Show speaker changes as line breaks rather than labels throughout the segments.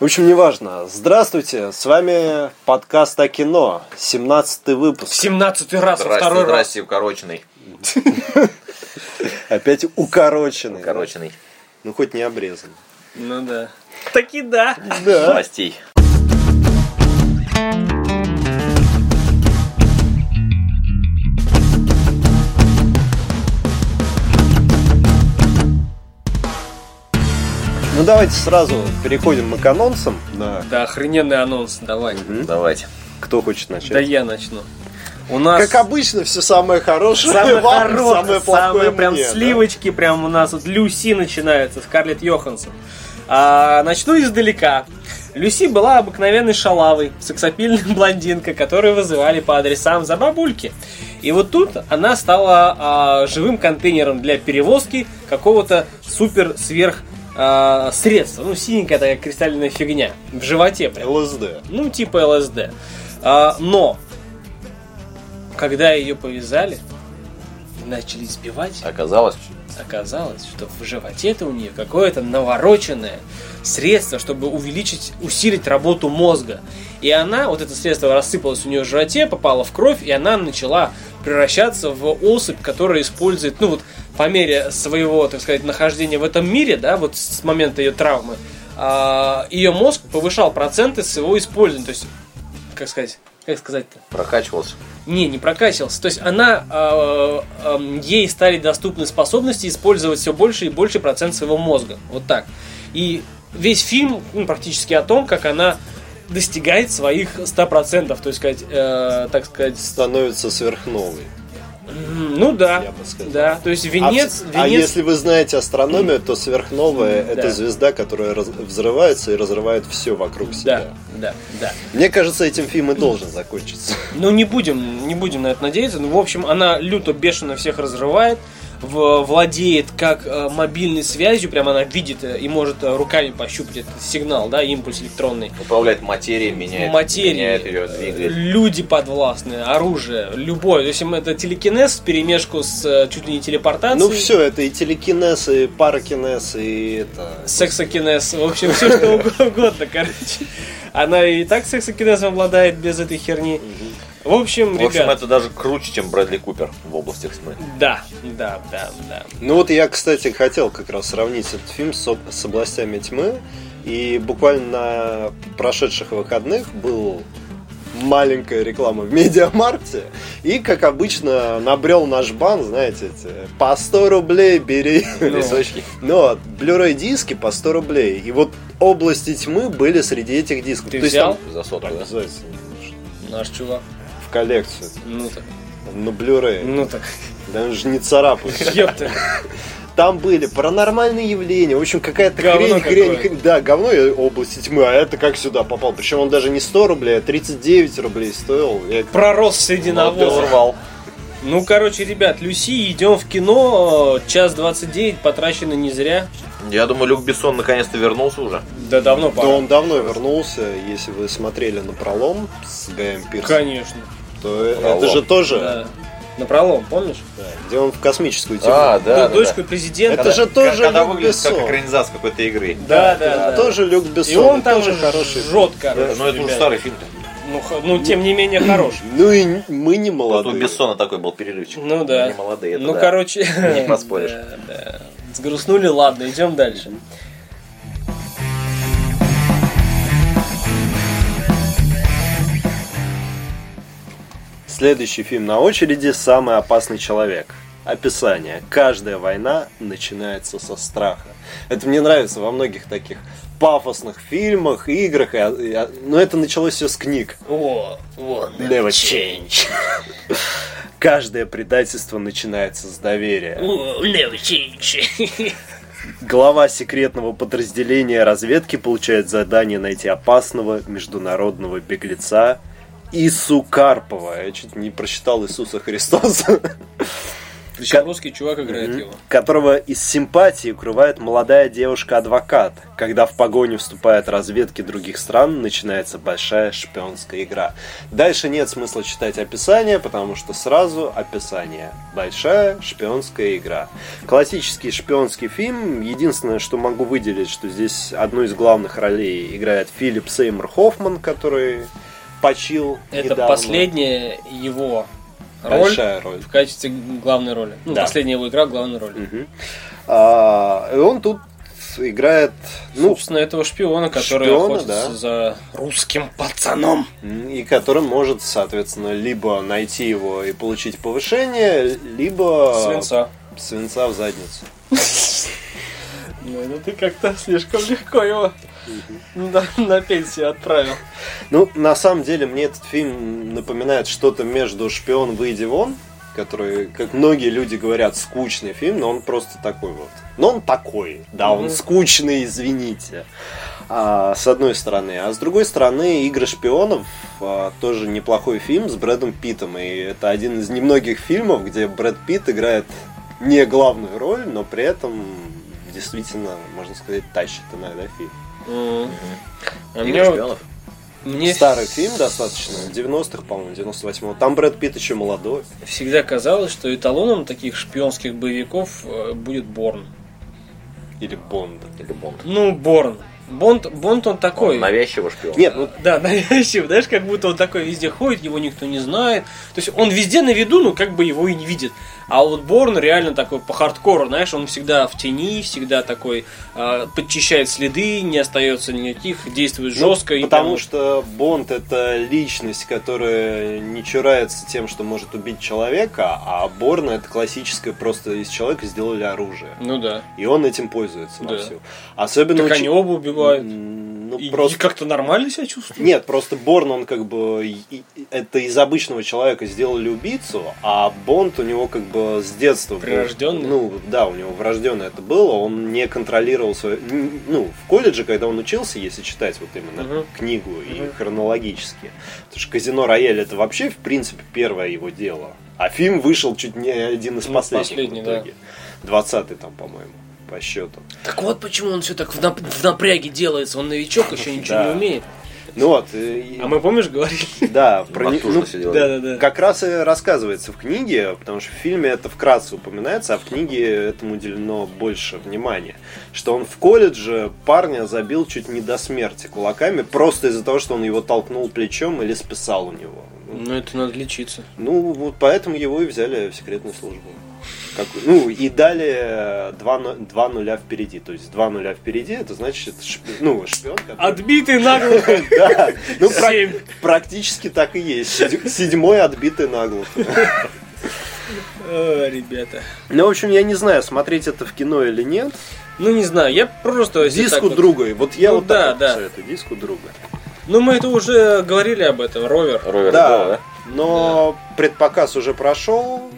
В общем, неважно. Здравствуйте, с вами подкаст о кино, 17
В
выпуск.
17 раз, во
Здрасте,
второй раз.
здрасте, укороченный.
Опять укороченный.
Укороченный.
Ну, хоть не обрезан.
Ну да. Таки да.
Новостей.
Ну, давайте сразу переходим мы к анонсам. Да.
Да, охрененный анонс, давай.
Давайте.
Кто хочет
Да
начать?
я начну. У нас
Как обычно, все самое хорошее,
самое
вам,
хорошее,
самое
самое,
плохое
прям
мне, да.
сливочки, прям у нас вот Люси начинается, Скарлетт Йоханссон. А, начну издалека. Люси была обыкновенной шалавой, сексапильной блондинкой, которую вызывали по адресам за бабульки. И вот тут она стала а, живым контейнером для перевозки какого-то супер-сверх а, средства. Ну, синенькая такая кристальная фигня. В животе прям.
ЛСД.
Ну, типа ЛСД. А, но, когда ее повязали, и начали избивать,
Оказалось,
оказалось, что в животе-то у нее какое-то навороченное средство, чтобы увеличить, усилить работу мозга. И она, вот это средство рассыпалось у нее в животе, попало в кровь, и она начала превращаться в особь, которая использует, ну вот, по мере своего, так сказать, нахождения в этом мире, да, вот с момента ее травмы, а, ее мозг повышал проценты своего использования. То есть, как сказать, как сказать-то?
прокачивался.
Не, не прокачивался. То есть она э, эм, ей стали доступны способности использовать все больше и больше процент своего мозга. Вот так. И весь фильм ну, практически о том, как она достигает своих 100%, то есть сказать, э, так сказать, с-
Становится сверхновой.
м, ну да,
Я бы сказал.
да, то есть
А
венец,
в-
венец,
а, если вы знаете астрономию, то сверхновая
М,
это
да.
звезда, которая раз- взрывается и разрывает все вокруг
да,
себя.
да, да.
Мне кажется, этим фильм и должен закончиться.
Ну, не будем, не будем на это надеяться. Ну, в общем, она люто бешено всех разрывает, в- владеет как э, мобильной связью, прям она видит э, и может э, руками пощупать этот сигнал, да, импульс электронный.
Управляет материей, меняет,
Материи,
меняет ее,
э,
двигает.
люди подвластные, оружие, любое. В общем, это телекинез в перемешку с э, чуть ли не телепортацией.
Ну все, это и телекинез, и паракинез, и это...
Сексокинез, в общем, все что угодно, короче. Она и так сексокинезом обладает без этой херни. В общем,
В общем,
ребят,
это даже круче, чем Брэдли Купер в областях тьмы.
да, да, да, да.
Ну вот я, кстати, хотел как раз сравнить этот фильм с, об- с «Областями тьмы». И буквально на прошедших выходных был маленькая реклама в Медиамаркте. И, как обычно, набрел наш бан, знаете, эти, по 100 рублей бери.
Ну.
Лесочки.
Но Blu-ray диски по 100 рублей. И вот «Области тьмы» были среди этих дисков.
Ты
То есть
взял?
там-
За сотку, да?
Обязательно, конечно.
Наш чувак.
В коллекцию.
Ну так.
На Blu-ray.
Ну так.
Даже не царапаюсь.
Ёпта.
Там были паранормальные явления, в общем, какая-то
Говно
хрень, хрень,
какое.
хрень. Да, говно и области тьмы, а это как сюда попал. Причем он даже не 100 рублей, а 39 рублей стоил. Я-
Пророс среди
Ты
навоза.
урвал.
Ну, короче, ребят, Люси, идем в кино. Час 29 потрачено не зря.
Я думаю, Люк Бессон наконец-то вернулся уже.
Да давно
Да
пора.
он давно вернулся, если вы смотрели на пролом с Гаем Пирсом,
Конечно.
то э-
«Пролом».
это же тоже,
Да. На пролом, помнишь?
да, где он в космическую тему.
А, да,
Д-
да,
Дочку
да.
президента.
Это же тоже
Когда
Люк
выглядит как
Бессон.
экранизация какой-то игры.
Да, да, да.
Тоже Люк Бессон.
И он там
тоже
же
хороший.
жжет, короче.
Ну, это уже
ребят.
старый фильм-то.
Ну, х- ну, тем не менее, хороший.
Ну и н- мы не
Вот у
молодые.
Бессона такой был перерывчик.
Ну да.
Не молодые, это
Ну,
да.
короче.
Не поспоришь.
да, да. Сгрустнули, ладно, идем дальше.
Следующий фильм на очереди «Самый опасный человек». Описание. Каждая война начинается со страха. Это мне нравится во многих таких пафосных фильмах, играх. и- и- Но это началось все с книг.
О, вот.
Never change. Каждое предательство начинается с доверия.
О, never change.
Глава секретного подразделения разведки получает задание найти опасного международного беглеца Ису Карпова. Я чуть не прочитал Иисуса Христоса.
Причем
Ко-
русский чувак играет его.
которого из симпатии укрывает молодая девушка-адвокат. Когда в погоню вступают разведки других стран, начинается большая шпионская игра. Дальше нет смысла читать описание, потому что сразу описание. Большая шпионская игра. Классический шпионский фильм. Единственное, что могу выделить, что здесь одну из главных ролей играет Филипп Сеймур Хоффман, который почил
Это
недавно.
последняя его роль
Большая роль.
в качестве главной роли. Ну,
Да.
последняя его игра в главной роли.
Мгм. А, и он тут играет, ну,
Собственно, этого шпиона, который
шпиона,
охотится
да.
за русским пацаном.
и который может, соответственно, либо найти его и получить повышение, либо
Свинца.
свинца в задницу.
Ну, ну ты как-то слишком легко его на, на пенсию отправил.
Ну, на самом деле, мне этот фильм напоминает что-то между «Шпион, выйди вон», который, как многие люди говорят, скучный фильм, но он просто такой вот. Но он такой, да, он
Мгм.
скучный, извините. А, с одной стороны. А с другой стороны, «Игры шпионов» а, тоже неплохой фильм с Брэдом Питтом. И это один из немногих фильмов, где Брэд Питт играет не главную роль, но при этом действительно, можно сказать, тащит иногда фильм.
М. А
Игры
мне вот-
шпионов.
мне
Старый фильм достаточно, 90-х, по-моему, 98-го. Там Брэд Питт еще молодой.
всегда казалось, что эталоном таких шпионских боевиков э, будет Борн.
Или Бонд.
Или Бонд.
Ну, Борн. Бонд, Бонд он такой.
Он навязчивый шпион.
Нет, ну,
Да, навязчив, знаешь, как будто он такой везде ходит, его никто не знает. То есть он везде на виду, но как бы его и не видит. А вот Борн реально такой по хардкору, знаешь, он всегда в тени, всегда такой э, подчищает следы, не остается никаких, действует жестко. и
Ну, потому
прям-
что Бонд это личность, которая не чурается тем, что может убить человека, а Борна это классическое, просто из человека сделали оружие.
Ну да.
И он этим пользуется
Да.
вовсю. Особенно...
Так
очень-
они оба убивают.
М, Ну,
И,
просто...
и как-то нормально себя чувствуют.
Нет, просто Борн, он как бы... и- и- Это из обычного человека сделали убийцу, а Бонд у него как бы с детства... был-
Прирожденный?
Ну, да, у него врожденно это было. Он не контролировал свое... н- Ну, в колледже, когда он учился, если читать вот именно
Мгм.
книгу и
Мгм.
хронологически. Потому что «Казино Рояль» это вообще, в принципе, первое его дело. А фильм вышел чуть не один из
Ну,
последних
последний,
в
да.
итоге. 20-й там, по-моему, по счету.
Так вот почему он все так в, нап- в напряге делается, он новичок, еще ничего
Да.
не умеет.
Ну вот, и-
А мы, помнишь, говорили?
да, про не-
Натужно
ну,
все делали.
Да-да-да.
Как раз и рассказывается в книге, потому что в фильме это вкратце упоминается, а в книге этому уделено больше внимания. Что он в колледже парня забил чуть не до смерти кулаками, просто из-за того, что он его толкнул плечом или списал у него.
Ну, это надо лечиться.
Ну, вот поэтому его и взяли в секретную службу. Как- ну, и дали два, ну- два нуля впереди. То есть два нуля впереди, это значит, шпи- ну, шпион,
А
который-
Отбитый наглухо.
Да, ну, прак-
Семь.
практически так и есть. Седь- Седьмой отбитый наглухо.
О, Э, ребята.
Ну, в общем, я не знаю, смотреть это в кино или нет.
Ну, не знаю, я просто... если так
Диску
вот-
друга. Вот я
Ну
вот так
да,
вот
да.
советую, диску друга.
Ну, мы это уже говорили об этом, Ровер.
Ровер
Да.
Дауэр,
Но предпоказ уже прошел,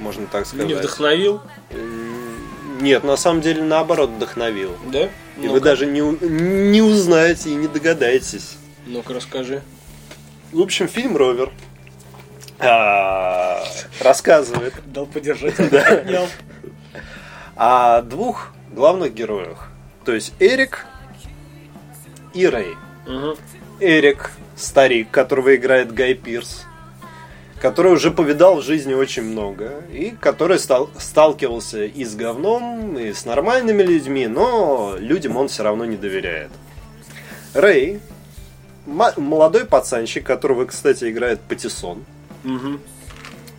можно так сказать.
Не вдохновил,
М, Нет, на самом деле наоборот вдохновил.
да?
И вы даже не, у- не узнаете и не догадаетесь.
Ну-ка, расскажи.
В общем, фильм Ровер а, рассказывает
Дал подержать.
о двух главных героях. То есть Эрик и Рэй. Эрик, старик, которого играет Гай Пирс, который уже повидал в жизни очень много, и который стал, сталкивался и с говном, и с нормальными людьми, но людям он все равно не доверяет. Рэй, ма- молодой пацанчик, которого, кстати, играет Патиссон.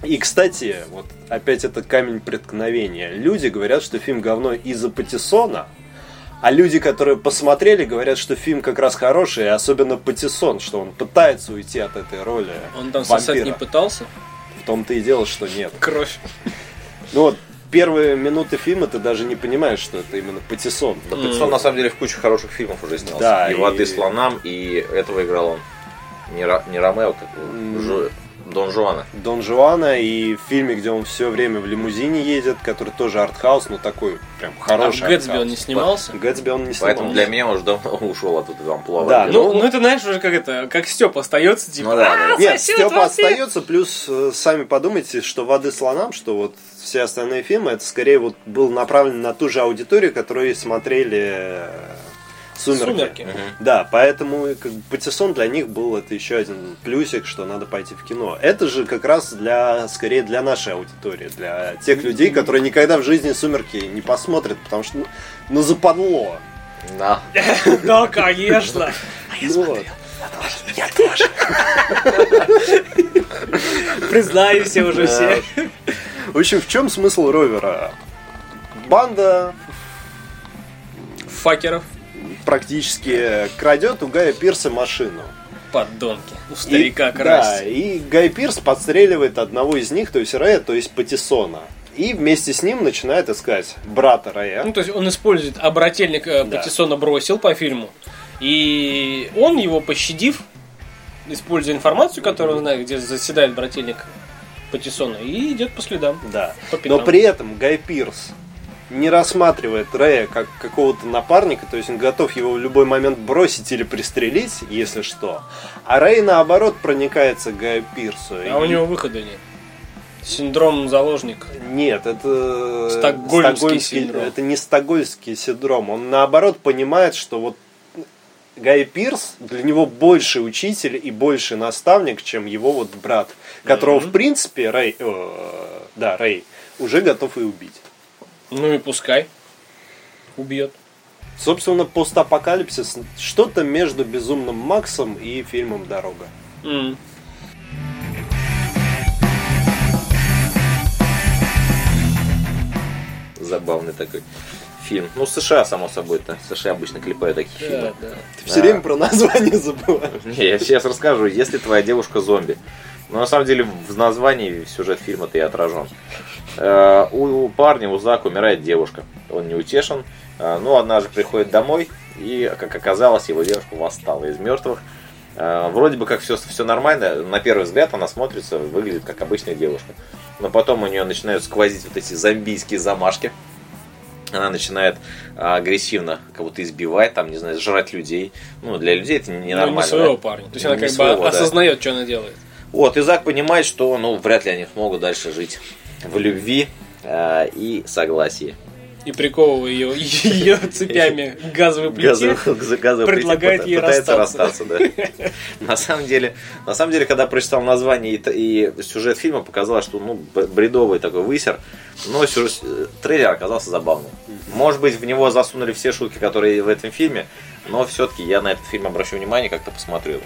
И, кстати, вот опять это камень преткновения. Люди говорят, что фильм говно из-за Патиссона, а люди, которые посмотрели, говорят, что фильм как раз хороший, и особенно Патиссон, что он пытается уйти от этой роли
Он там сосать
вампира.
не пытался?
В том-то и дело, что нет.
Кровь.
Ну вот, первые минуты фильма ты даже не понимаешь, что это именно Патиссон.
да. Патиссон, на самом деле в кучу хороших фильмов уже снялся.
Да,
и,
и-
«Воды слонам», и этого играл он. Не, Ра- не Ромео, как его,
М.
Жу- Дон Жуана.
Дон Жуана и в фильме, где он все время в лимузине едет, который тоже артхаус, но такой прям
А в
хороший.
Гэтсби
артхаус.
он не снимался?
Гэтсби он не снимал.
Поэтому для меня уже давно ушел от этого амплуа.
Да,
вампира.
Ну, ну это знаешь уже как это, как Степ остается, типа.
Ну да, да, да.
Нет,
сосет
Степа
во все.
остается, плюс э, сами подумайте, что «Воды слонам», что вот все остальные фильмы, это скорее вот был направлен на ту же аудиторию, которую смотрели э, «Сумерки».
Сумерки.
Да, поэтому и как бы «Патиссон» для них был это еще один плюсик, что надо пойти в кино. Это же как раз для, скорее для нашей аудитории, для тех людей, которые никогда в жизни «Сумерки» не посмотрят, потому что, ну, ну западло.
Да.
Да, конечно.
Ну, вот.
Признаюсь я уже все.
В общем, в чем смысл «Ровера»? Банда
Факеров.
практически крадет у Гая Пирса машину.
Поддонки. У
И-
старика
Да,
красть.
и Гай Пирс подстреливает одного из них, то есть Рэя, то есть Патисона. И вместе с ним начинает искать брата
Ну,
Рэя.
то есть он использует обрательник э,
Да.
Патиссона бросил по фильму. И он его пощадив, используя информацию, которую он знает, где заседает брательник Патиссона, и идет по следам.
Да.
По
Но
пятам.
при этом Гай Пирс не рассматривает Рэя как какого-то напарника, то есть он готов его в любой момент бросить или пристрелить, если что. А Рэй, наоборот, проникается к Гаю Пирсу.
А у него выхода нет. Синдром заложника.
Нет, это
Стокгольмский синдром.
Это не стокгольмский синдром. Он наоборот понимает, что вот Гай Пирс для него больше учитель и больше наставник, чем его вот брат, которого в принципе Рэй, э, да, Рэй уже готов и убить.
Ну и пускай. Убьет.
Собственно, постапокалипсис что-то между безумным Максом и фильмом Дорога.
М.
Забавный такой фильм. Ну, США, само собой-то. США обычно клепают такие
Да,
фильмы.
да.
Ты все
Да.
время про название забываешь.
Не, я сейчас расскажу, если твоя девушка зомби. Но Ну, на самом деле в названии сюжет фильма-то и отражен. Э, У у парня, у Зака умирает девушка. Он не утешен. Э, Ну, однажды приходит домой, и, как оказалось, его девушка восстала из мертвых. Э, Вроде бы как все, все нормально. На первый взгляд она смотрится, выглядит как обычная девушка. Но потом у нее начинают сквозить вот эти зомбийские замашки. Она начинает а, агрессивно кого-то избивать, там, не знаю, жрать людей. Ну, для людей это
Ну,
ненормально.
не своего
да?
парня. То есть
Ну,
она
не
как бы
своего, да.
осознает, что она делает.
Вот, и Зак понимает, что ну, вряд ли они смогут дальше жить в любви а, и согласии.
И приковывая ее, ее цепями к газовой плите.
Газовый- газовый
Ну, предлагает
пыта-
ей
пытается
расстаться.
расстаться, да. На самом деле, на самом деле, когда прочитал название и, т- и сюжет фильма, показалось, что ну б- бредовый такой высер, но сюжет- э, трейлер оказался забавным. Может быть, в него засунули все шутки, которые в этом фильме, но все-таки я на этот фильм обращу внимание, как-то посмотрю его.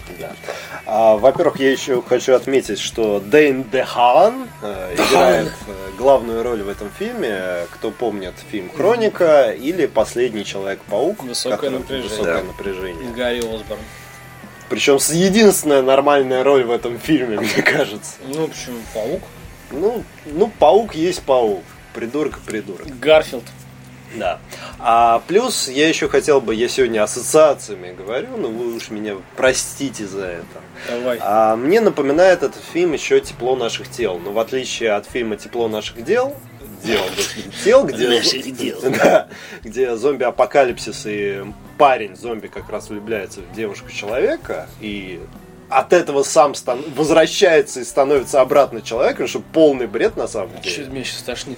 А, Во-первых, я еще хочу отметить, что Дэйн Дехан э, играет э, главную роль в этом фильме. Э, Кто помнит фильм «Хроника» или «Последний человек-паук».
Высокое
который-
напряжение.
Высокое
Да.
напряжение.
Гарри Осборн.
Причем с- единственная нормальная роль в этом фильме, мне кажется.
Ну, почему паук?
Ну, ну паук есть паук. Придурок и придурок.
Гарфилд.
Да. А плюс я еще хотел бы, я сегодня ассоциациями говорю, но вы уж меня простите за это.
Давай.
А мне напоминает этот фильм еще «Тепло наших тел». Но в отличие от фильма «Тепло наших дел», дел, господи, тел, где, Да, где зомби-апокалипсис и парень-зомби как раз влюбляется в девушку-человека и от этого сам стан- возвращается и становится обратно человеком, что полный бред на самом
Чё
деле.
меня сейчас тошнит.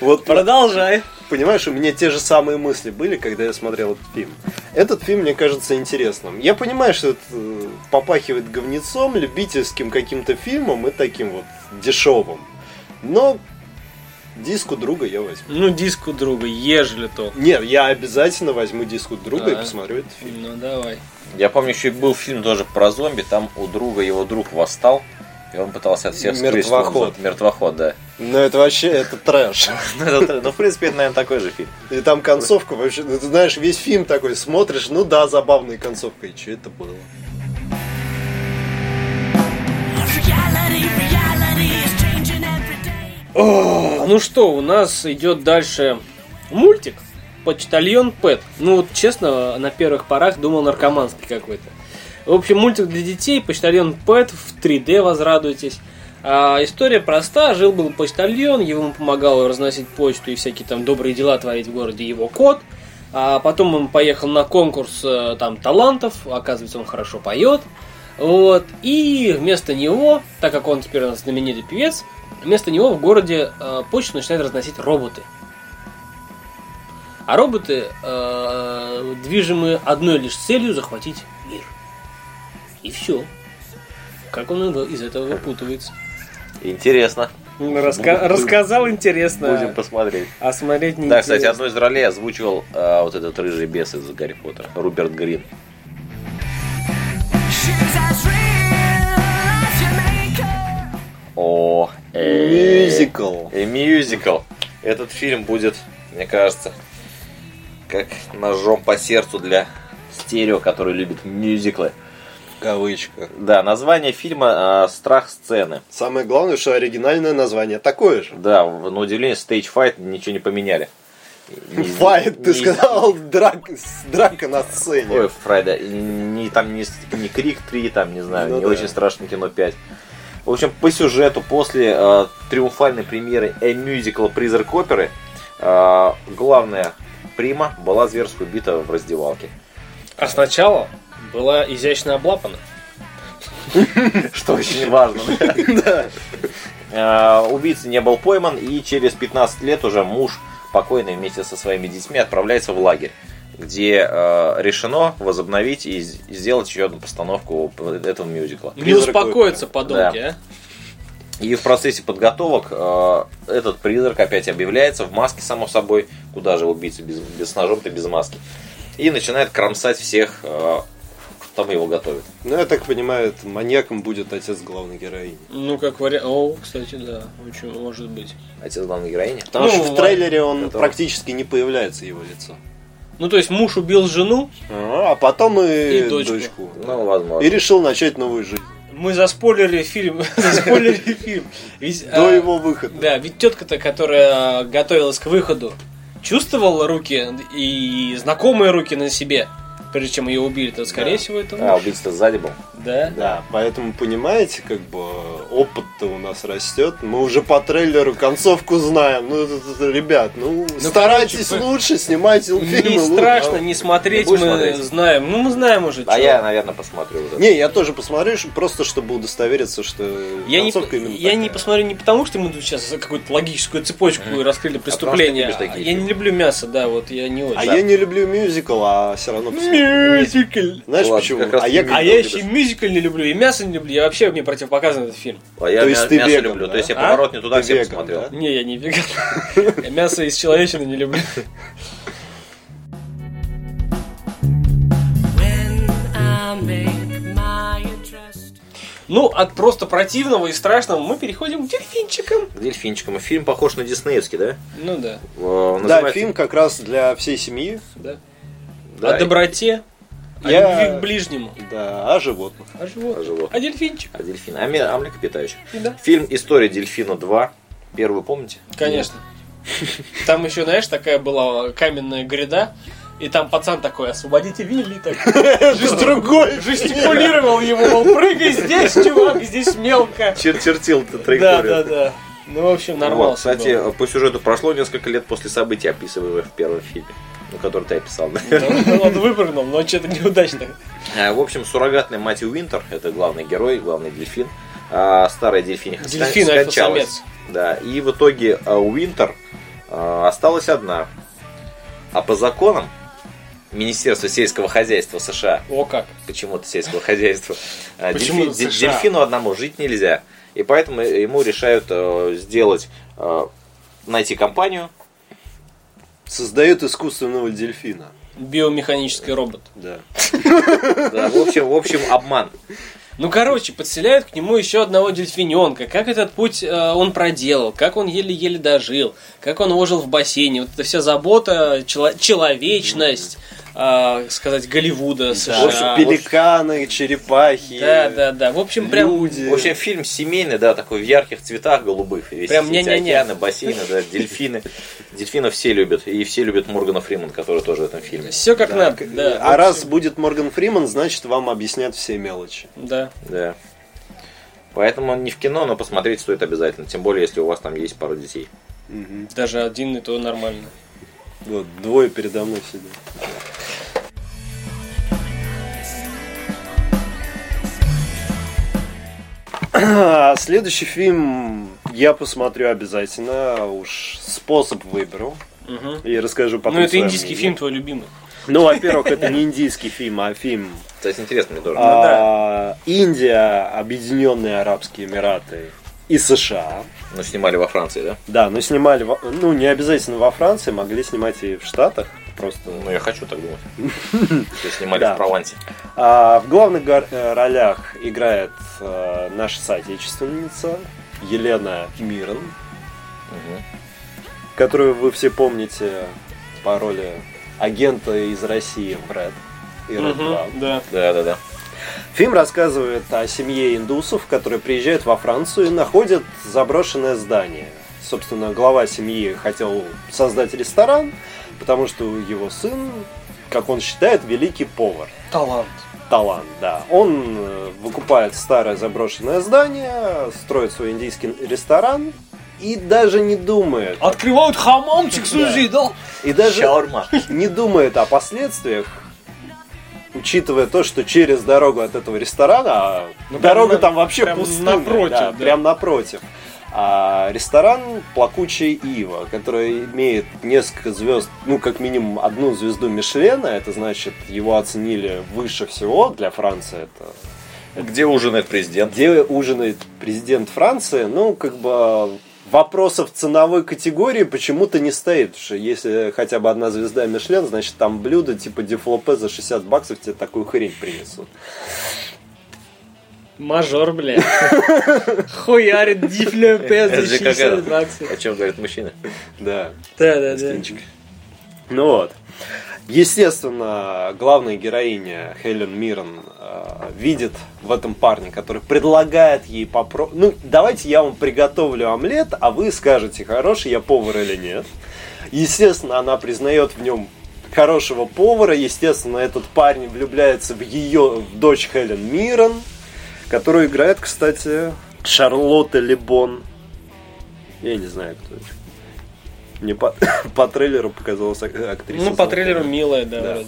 Вот
Продолжай.
Понимаешь, у меня те же самые мысли были, когда я смотрел этот фильм. Этот фильм мне кажется интересным. Я понимаю, что это э, попахивает говнецом, любительским каким-то фильмом и таким вот дешевым. Но диску друга я возьму.
Ну, диск у друга, ежели то.
Нет, я обязательно возьму диску друга и
Да.
посмотрю этот фильм.
Ну, давай.
Я помню, еще и был фильм тоже про зомби, там у друга его друг восстал, и он пытался от всех скрыть, что он
Мертвоход.
зомби. Мертвоход, да.
Но это вообще, это трэш.
Ну, это- ну, в принципе, это, наверное, такой же фильм.
И там концовка вообще, ну, ты знаешь, весь фильм такой смотришь, ну да, забавная концовка, и что это было?
Reality, reality is changing every day.
Ну что, у нас идет дальше мультик. Почтальон Пэт. Ну вот честно, на первых порах думал наркоманский какой-то. В общем, мультик для детей, почтальон Пэт в 3D, возрадуйтесь. А, история проста. Жил-был почтальон, ему помогал разносить почту и всякие там добрые дела творить в городе его кот. А потом он поехал на конкурс э, там талантов, оказывается, он хорошо поет. Вот. И вместо него, так как он теперь у нас знаменитый певец, вместо него в городе э, почту начинают разносить роботы. А роботы э, движимы одной лишь целью захватить мир. И все. Как он его- из этого выпутывается?
Интересно. Будем-
Ну, рассказал интересно.
Будем посмотреть.
А смотреть не
Да, кстати, одну из ролей озвучивал а, вот этот рыжий бес из Гарри Поттера, Руберт Грин.
She's as real as Jamaica.
О, э,
Мюзикл.
э, мюзикл. Этот фильм будет, мне кажется, как ножом по сердцу для стерео, который любит мюзиклы.
Кавычка.
Да, название фильма а, «Страх сцены».
Самое главное, что оригинальное название такое же.
Да, в- на удивление, Stage Fight ничего не поменяли. Не-
Файт, ты
не-
сказал, драка, с- драка на сцене.
Ой, Фрайда, не, там не, не Крик 3, там, не знаю,
Ну
не
да.
очень страшное кино 5. В общем, по сюжету, после э, триумфальной премьеры мюзикла «Призрак оперы», э, главная прима была зверски убита в раздевалке.
А сначала была изящно облапана.
Что очень важно. Э, Убийца не был пойман, и через 15 лет уже муж покойный вместе со своими детьми отправляется в лагерь, где э, решено возобновить и с- и сделать еще одну постановку э, этого мюзикла.
Не успокоятся подонки, а?
Да. И в процессе подготовок э, этот призрак опять объявляется в маске, само собой. Куда же убийца без, без с ножом-то без маски? И начинает кромсать всех, э, кто там его готовит.
Ну, я так понимаю, это маньяком будет отец главной героини.
а? Ну, как вариант. О, кстати, да. Очень может быть.
Отец главной героини.
Потому
Ну,
что в
ладно.
трейлере он
Это-
практически не появляется, его лицо.
Ну, то есть муж убил жену,
А а потом и,
И дочку.
дочку.
Ну, возможно.
И решил начать новую жизнь.
мы заспойлерили фильм. заспойлерили фильм. Ведь,
До
а,
его выхода.
Да, ведь тетка-то, которая готовилась к выходу, чувствовала руки и знакомые руки на себе, прежде чем ее убили, то, скорее всего, это
А,
муж.
убийца сзади был.
Да.
Да, поэтому понимаете, как бы опыт-то у нас растет. Мы уже по трейлеру концовку знаем. Ну, это- это, ребят, ну, старайтесь
короче,
лучше, снимайте Ну, фильмы
Не
лучше.
страшно, не
Не
смотреть, мы
будешь смотреть?
знаем. Ну, мы знаем уже,
А
чё.
я, наверное, посмотрю вот это.
Не, я тоже посмотрю, ш- просто чтобы удостовериться, что
Я не,
концовка именно
я не
такая.
посмотрю не потому, что мы тут сейчас какую-то логическую цепочку раскрыли преступление. а
потому что ты любишь такие
я не
фильмы.
люблю мясо, да, вот я не очень.
А я не люблю мюзикл, а все равно посмотрю.
Мюзикл!
Знаешь
Ладно,
почему?
как раз
А я,
мюзикл.
А я еще и мюзикл не люблю, и мясо не люблю. Я вообще мне противопоказан этот фильм.
А я
То
мя-
есть ты
мясо
веган,
люблю.
да?
То есть я
А?
поворот не туда
Ты
всем
веган,
посмотрел.
да?
Не, я не веган. Я мясо из человечины не люблю.
When I make my address.
Ну, от просто противного и страшного мы переходим к дельфинчикам.
К дельфинчикам. Фильм похож на диснеевский, да?
Ну да,
Э, называется-
Да, фильм как раз для всей семьи.
да.
Да,
О доброте, о
Я-
любви к ближнему.
Да, о животных.
О животных.
О животных.
О дельфинчик.
А дельфин. А, ме- а млекопитающих.
Да.
Фильм «История дельфина 2». Первый, помните?
Конечно. Там еще, знаешь, такая была каменная гряда, и там пацан такой, освободите Вилли, так
Другой
жестикулировал ему, мол, прыгай здесь, чувак, здесь мелко.
Чер- чертил ты
Да,
траекторию.
да, да. Ну, в общем,
Нормально.
нормально. всё
кстати,
было.
по сюжету прошло несколько лет после событий, описываемых в первом фильме, ну, который ты описал, наверное.
Да, Он Ну, выпрыгнул, но что-то неудачно.
А, В общем, суррогатная мать Уинтер, это главный герой, главный дельфин, а, старая дельфиниха ска-
Дельфин, а
скончалась.
альфа-самец.
Да, и в итоге а, Уинтер а, осталась одна. А по законам Министерства сельского хозяйства США
О как.
почему-то сельского хозяйства. А,
Почему
дельфи- де-
США?
Дельфину одному жить нельзя. И поэтому ему решают э, сделать, э, найти компанию.
Создает искусственного дельфина.
Биомеханический робот.
Да.
Да, в, общем, в общем, обман.
Ну, короче, подселяют к нему еще одного дельфиненка. Как этот путь э, он проделал, как он еле-еле дожил, как он ожил в бассейне. Вот эта вся забота, чело- человечность, а, сказать, Голливуда,
В общем,
США.
пеликаны, черепахи.
Да, да, да. В общем, прям
Люди.
В общем, фильм семейный, да, такой в ярких цветах голубых. Весь
Прям
эти
не-не-не.
океаны, бассейны, да, дельфины. Дельфинов все любят. И все любят Моргана Фриман, который тоже в этом фильме.
все как надо. Да,
а раз будет Морган Фриман, значит вам объяснят все мелочи.
да.
Да. Поэтому он не в кино, но посмотреть стоит обязательно. Тем более, если у вас там есть пара детей.
Даже один и то нормально.
Вот, двое передо мной сидят. А, Следующий фильм я посмотрю обязательно, уж способ выберу
Мгм.
и расскажу потом.
Ну, это
своё
индийский
мнение.
фильм твой любимый.
Ну, во-первых, это не индийский фильм, а фильм
Ну
Кстати, интересно мне тоже.
а, Индия, Объединенные Арабские Эмираты и США.
Ну, снимали во Франции, да?
Да, но снимали, во- ну, не обязательно во Франции, могли снимать и в Штатах просто.
Ну, я хочу так думать. Что снимали
Да.
в Провансе.
А в главных гор- э, ролях играет э, наша соотечественница Елена Мирон,
Мгм.
которую вы все помните по роли агента из России в Red и Red 2.
Мгм, Да.
Да-да-да.
Фильм рассказывает о семье индусов, которые приезжают во Францию и находят заброшенное здание. Собственно, глава семьи хотел создать ресторан, потому что его сын, как он считает, великий повар.
Талант.
Талант, да. Он э, выкупает старое заброшенное здание, строит свой индийский ресторан и даже не думает.
А Открывают хамамчик сужи, да?
И даже
Шаурма.
не думает о последствиях, учитывая то, что через дорогу от этого ресторана, а
Ну, прям
дорога
на-
там вообще
прям
пустынная,
напротив,
да,
да.
прям напротив. А ресторан «Плакучая ива», который имеет несколько звезд, ну, как минимум одну звезду Мишлена, это значит, его оценили выше всего для Франции, это
Где ужинает президент?
где ужинает президент Франции, ну, как бы вопросов ценовой категории почему-то не стоит. Потому что если хотя бы одна звезда Мишлен, значит там блюдо типа дефлопе за 60 баксов тебе такую хрень принесут.
Мажор, бля. Хуярит дифля
Это же
за
как
60
это.
баксов.
О чем говорит мужчина?
Да.
Да, да, да.
Стинчик. Ну вот. Естественно, главная героиня Хелен Мирон э, видит в этом парне, который предлагает ей попробовать. Ну, давайте я вам приготовлю омлет, а вы скажете, хороший я повар или нет. Естественно, она признает в нем хорошего повара. Естественно, этот парень влюбляется в ее в дочь Хелен Мирон, которую играет, кстати, Шарлотта Лебон. Я не знаю, кто это. Мне по, по трейлеру показалась ак- актриса.
Ну, по
знакомая.
трейлеру милая, да,
Да.
вроде.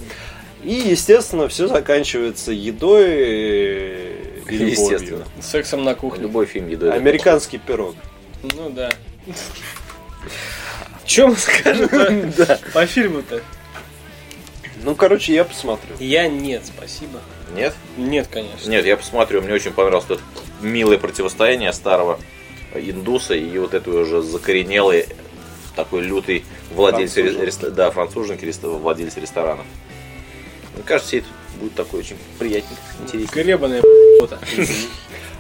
И, естественно, все заканчивается едой э, и
Естественно.
любовью.
Сексом на кухне.
Любой фильм едой.
Американский пирог.
Ну да. Чем скажет по фильму-то?
Ну, короче, я посмотрю.
Я нет, спасибо.
Нет?
Нет, конечно.
Нет, я посмотрю, мне очень понравилось это милое противостояние старого индуса и вот этой уже закоренелой такой лютой владельца
Француженки.
ресторана, да, француженки, рест- владельца ресторанов. Мне кажется, это будет такой очень приятненько, интересно.
Гребаная п***та.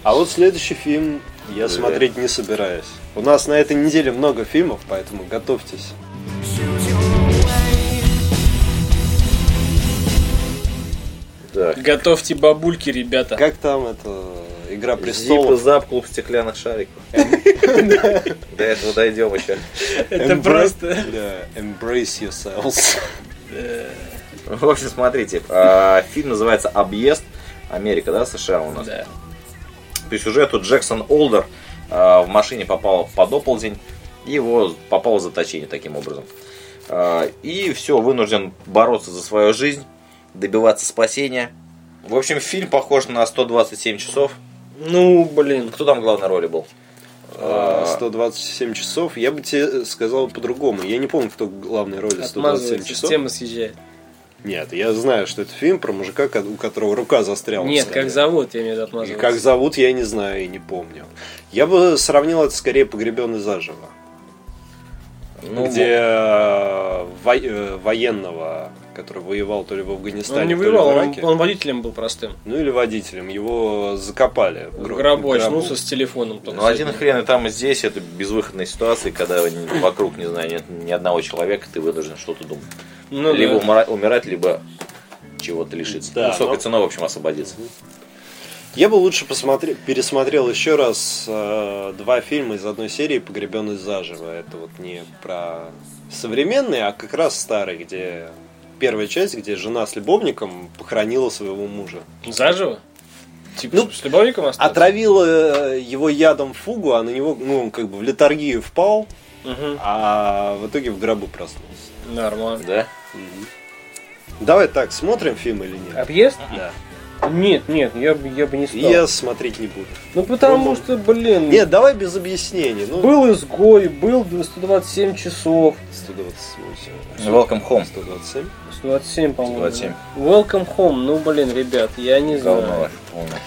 А вот следующий фильм я
Да.
смотреть не собираюсь. У нас на этой неделе много фильмов, поэтому готовьтесь.
Да.
Готовьте бабульки, ребята.
Как там это Игра
Зип и
престолов?
зап клуб стеклянных шариков. До этого дойдем еще.
Это
Embra-
просто...
Да, embrace yourselves.
В общем, смотрите, а, фильм называется «Объезд». Америка, да, США у нас.
Да.
По сюжету Джексон Олдер э, в машине попал под оползень, и его попал в заточение таким образом. Э, И все, вынужден бороться за свою жизнь, добиваться спасения. В общем, фильм похож на 127 часов.
Ну, блин.
Кто там в главной роли был?
А, 127 часов. Я бы тебе сказал по-другому. Я не помню, кто в главной роли 127
Отмазывается,
часов.
тема съезжает.
Нет, я знаю, что это фильм про мужика, ко- у которого рука застряла. в
Нет,
скале.
как зовут, я имею в
И
виду отмазывается.
как зовут, я не знаю и не помню. Я бы сравнил это скорее погребенный заживо.
Ну,
где э, во- э, военного, который воевал то ли в Афганистане,
Он не
то ли
воевал,
в
он,
Ираке,
он водителем был простым.
ну или водителем, его закопали. в гро-
Гробу
в гробу.
очнулся с телефоном. только
Ну, один
сегодня.
хрен и там, и здесь. Это безвыходная ситуация, когда вокруг, не знаю, нет ни одного человека, ты вынужден что-то думать.
Ну, да.
либо умра- умирать, либо чего-то лишиться.
Да,
Высокой
но-
ценой, в общем, освободиться.
Я бы лучше посмотрел, пересмотрел еще раз э, два фильма из одной серии «Погребенный заживо». Это вот не про современные, а как раз старый, где первая часть, где жена с любовником похоронила своего мужа.
Заживо? Типа,
Ну,
чтоб с любовником остаться?
Отравила э, его ядом фугу, а на него, ну, он как бы в летаргию впал,
Мгм.
а в итоге в гробу проснулся.
Нормально.
Да?
Давай так, смотрим фильм или нет?
Объезд?
Да.
Нет, нет, я, бы- я бы не стал.
Я смотреть не буду.
Ну потому
Пробовал.
что, блин,
Нет, давай без объяснений. Ну,
был изгой, был 127 часов.
128.
Welcome home.
127.
127, по-моему.
127.
Welcome home. Ну, блин, ребят, я не знаю.
Говно ваше полное.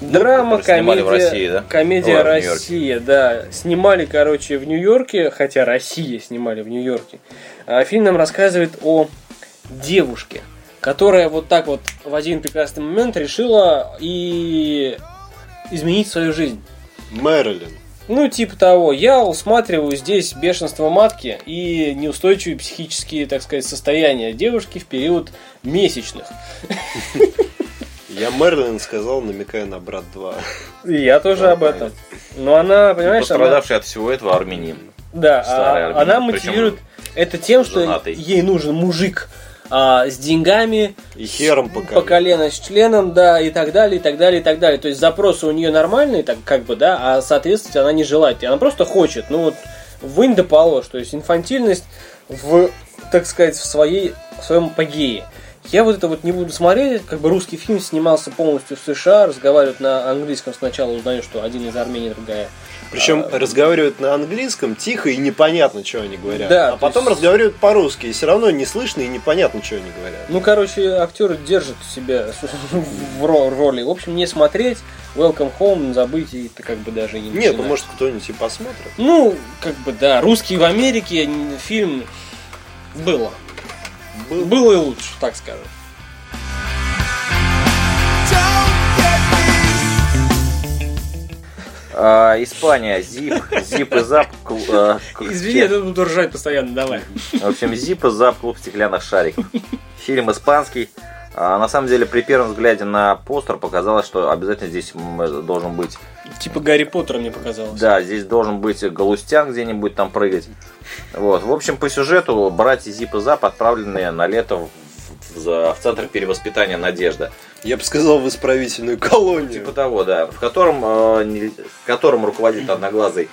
Драма,
Которые снимали
комедия,
в России, да?
комедия
Ой, в Нью-Йорке.
Россия, да. Снимали, короче, в Нью-Йорке, хотя Россия снимали в Нью-Йорке. А фильм нам рассказывает о девушке, которая вот так вот в один прекрасный момент решила и изменить свою жизнь.
Мэрилин.
Ну, типа того, я усматриваю здесь бешенство матки и неустойчивые психические, так сказать, состояния девушки в период месячных.
Я Мерлин сказал, намекая на брат 2.
И я тоже
Да,
об этом. Но она, понимаешь, она,
Пострадавший от всего этого армянин.
да,
старая
а,
армянка,
она
причем
мотивирует это тем, что
женатый.
ей нужен мужик а, с деньгами,
И хером по
по колено с членом, да, и так далее, и так далее, и так далее. То есть запросы у нее нормальные, так как бы, да, а соответствовать она не желает. И она просто хочет. Ну вот вынь да положь. То есть инфантильность в, так сказать, в своей, в своем апогее. Я вот это вот не буду смотреть, как бы русский фильм снимался полностью в США, разговаривают на английском сначала, узнаю, что один из Армении, другая
Причем
А.
разговаривают на английском тихо и непонятно, что они говорят.
Да,
а
то
потом
есть-
разговаривают по-русски, и все равно не слышно и непонятно, что они говорят.
Ну, короче, актеры держат себя в ро- роли. В общем, не смотреть, welcome home, забыть, и это как бы даже и не
Нет, ну
начинать.
может кто-нибудь и посмотрит.
Ну, как бы да, русский в Америке н- фильм было.
Был.
Было и лучше, так скажем.
А, Испания, Зип, Зип и Зап. кл- э, кл-
Извини, я тут буду ржать постоянно, давай.
В общем, Зип и Зап, клуб стеклянных шариков. Фильм испанский. А, на самом деле, при первом взгляде на постер показалось, что обязательно здесь м, должен быть...
Типа Гарри Поттера мне показалось.
Да, здесь должен быть Галустян где-нибудь там прыгать. Вот. В общем, по сюжету братья Зип и Зап отправленные на лето в, в- за- в центр перевоспитания «Надежда».
Я бы сказал, в исправительную колонию.
Типа того, да. В котором, э, не- в котором руководит одноглазый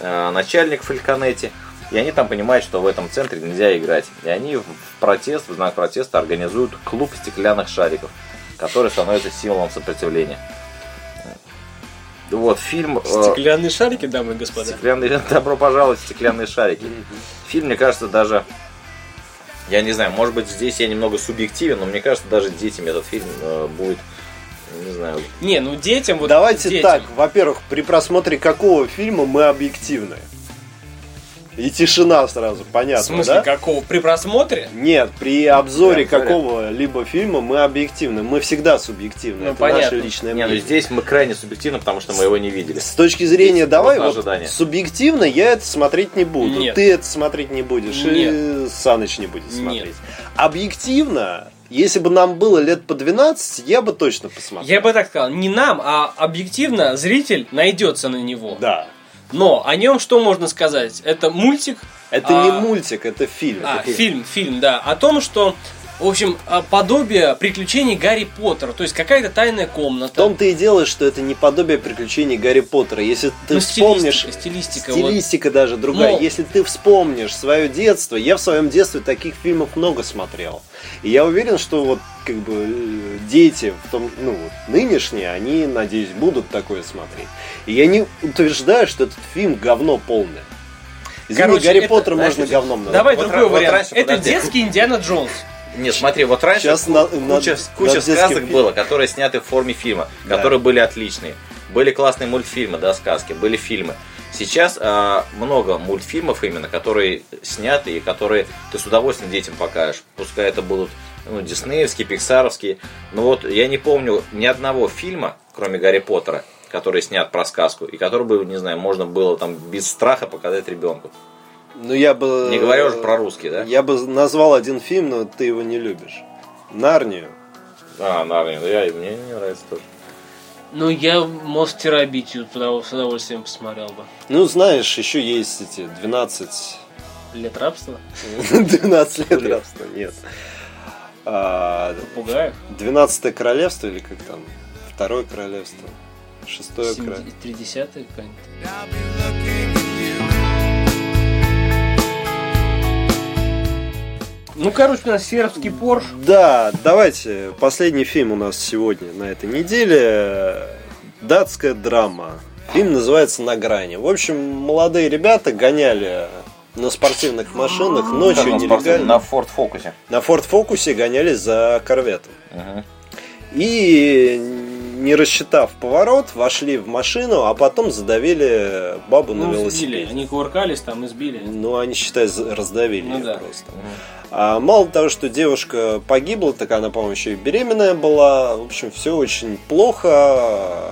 э, начальник Фальконетти. И они там понимают, что в этом центре нельзя играть. И они в в протест, в знак протеста организуют клуб стеклянных шариков, который становится символом сопротивления. Вот фильм... э,
Стеклянные шарики, дамы и господа.
Стеклянные, добро пожаловать в стеклянные шарики. Фильм, мне кажется, даже... Я не знаю, может быть, здесь я немного субъективен, но мне кажется, даже детям этот фильм э, будет, не знаю,
Не, ну детям вот.
Давайте
детям.
так, во-первых, при просмотре какого фильма мы объективны? И тишина сразу,
В
понятно,
смысле,
да?
какого? При просмотре?
Нет, при обзоре
При обзоре.
какого-либо фильма мы объективны. Мы всегда субъективны.
Ну,
это
понятно.
наше личное
Не,
мнение.
ну здесь мы крайне субъективно, потому что мы его не видели.
С точки зрения,
Есть
давай
просто
вот
ожидание.
субъективно я это смотреть не буду,
Нет.
ты это смотреть не будешь, и
Нет.
Саныч не будет
Нет.
смотреть. Объективно, если бы нам было лет по 12, я бы точно посмотрел.
Я бы так сказал, не нам, а объективно зритель найдется на него.
Да.
Но о нем что можно сказать? Это мультик,
Это
А-
не мультик, это фильм.
А,
Это фильм.
фильм, фильм, да. О том, что, в общем, а, подобие приключений Гарри Поттера. То есть какая-то тайная
В
комната.
том-то и дело, что это не подобие приключений Гарри Поттера. Если ты
Ну,
вспомнишь
стилистика, стилистика, вот. Ну.
Стилистика даже другая.
Но-
Если ты вспомнишь свое детство, я в своем детстве таких фильмов много смотрел. И я уверен, что вот как бы э, дети, в том, ну, вот нынешние, они, надеюсь, будут такое смотреть. И я не утверждаю, что этот фильм говно полное. Извини,
Короче,
Гарри
это,
Поттера
знаешь,
можно
это-
говном назвать.
Давай
Вот
другой
ра- вот
вариант.
раньше,
это
подожди.
детский Индиана Джонс.
Нет, смотри, вот раньше
Сейчас на- на-
куча,
на
куча
детский
сказок
фильм.
было, которые сняты в форме фильма,
Да.
которые были отличные. Были классные мультфильмы, да, сказки, были фильмы. Сейчас а, много мультфильмов именно, которые сняты и которые ты с удовольствием детям покажешь. Пускай это будут ну, диснеевские, пиксаровские. Но вот я не помню ни одного фильма, кроме Гарри Поттера, который снят про сказку, и который бы, не знаю, можно было там без страха показать ребенку.
Ну, я бы...
Не говоря уже про русский, да?
Я бы назвал один фильм, но ты его не любишь. «Нарнию».
А, Нарния, ну я, мне не нравится тоже.
Ну, я мост терабитию туда с удовольствием посмотрел бы.
Ну, знаешь, еще есть эти 12...
Лет рабства?
12 лет рабства, нет. А,
Попугаев?
12 королевство или как там? Второе королевство? Шестое королевство?
Тридесятые какая-нибудь? Ну, короче, у нас сербский Порш.
Да, давайте. Последний фильм у нас сегодня на этой неделе. Датская драма. Фильм называется «На грани». В общем, молодые ребята гоняли на спортивных машинах
Как
ночью
он спортивный?
нелегально.
На Форд Фокусе.
На Форд Фокусе гонялись за корветом.
Мгм.
И не рассчитав поворот, вошли в машину, а потом задавили бабу типа, на
Ну, сбили.
велосипеде.
Они кувыркались там и сбили.
Ну, они, считай, за- раздавили
Ну
ее
да.
просто. А мало того, что девушка погибла, так она, по-моему, еще и беременная была. В общем, все очень плохо.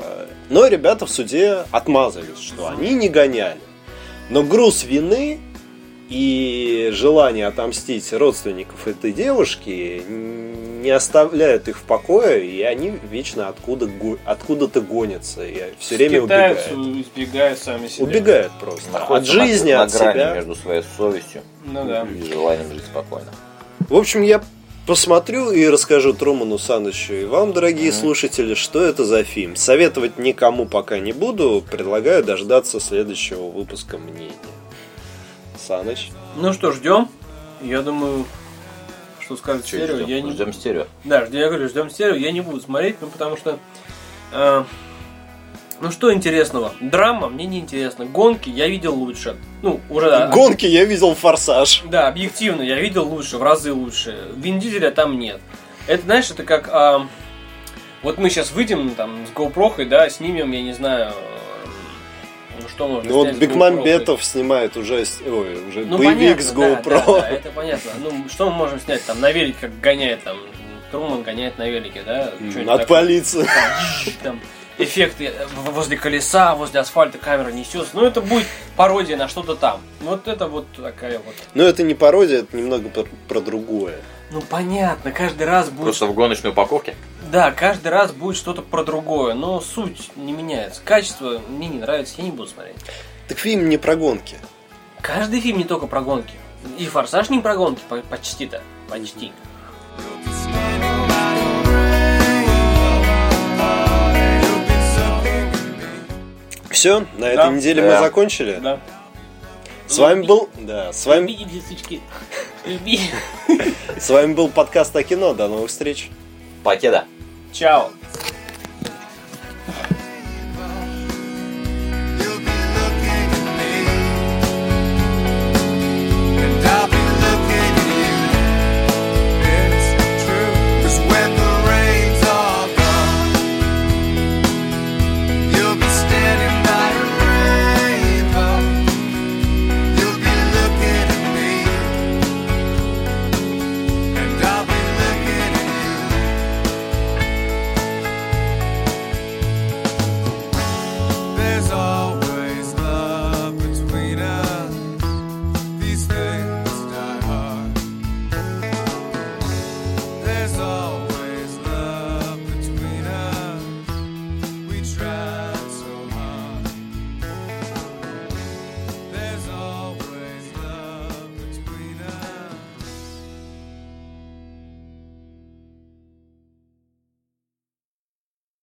Но ребята в суде отмазались, что они не гоняли. Но груз вины и желание отомстить родственников этой девушки не оставляют их в покое, и они вечно откуда, го- откуда-то гонятся, и все время убегают.
Скитаются, избегают сами себя.
Убегают просто. от
Находится
жизни,
на,
от
на грани
себя.
между своей совестью
Ну да.
и желанием жить спокойно.
В общем, я посмотрю и расскажу Труману Санычу и вам, дорогие слушатели, что это за фильм. Советовать никому пока не буду. Предлагаю дождаться следующего выпуска мнения. Саныч.
Ну что, ждем. Я думаю, что скажет
Чё,
Стерео. Я не...
Ждем стерео.
Да, жд- я говорю, ждем Стерео. Я не буду смотреть, ну потому что... э, ну что интересного? Драма мне не интересно. Гонки я видел лучше. Ну, уже...
Гонки я видел форсаж.
Да, объективно, я видел лучше, в разы лучше. Вин Дизеля там нет. Это, знаешь, это как... а, вот мы сейчас выйдем там с GoPro, да, снимем, я не знаю, э, ну, что можно
Ну вот
снять с
Бекман
GoPro.
Бетов снимает уже, с- ой, уже
Ну,
боевик
понятно,
с
да, да, да,
GoPro.
это понятно. Ну, что мы можем снять там на велике, как гоняет там Труман гоняет на велике, да?
М,
Чё-нибудь
От
такое.
полиции.
Там эффекты э, в- возле колеса, возле асфальта камера несется. Ну, это будет пародия на что-то там. Вот это вот такая вот.
Но это не пародия, это немного про, про другое.
Ну, понятно, каждый раз будет
Просто в гоночной упаковке.
Да, каждый раз будет что-то про другое, но суть не меняется. Качество мне не нравится, я не буду смотреть.
Так фильм не про гонки.
Каждый фильм не только про гонки. И «Форсаж» не про гонки, по- почти-то. Почти.
Все, на этой
Да.
неделе мы
Да.
закончили.
Да. Ну,
С вами был, да, с вами
Люби, деточки. Люби.
С вами был подкаст о кино. До новых встреч.
Покеда.
Чао.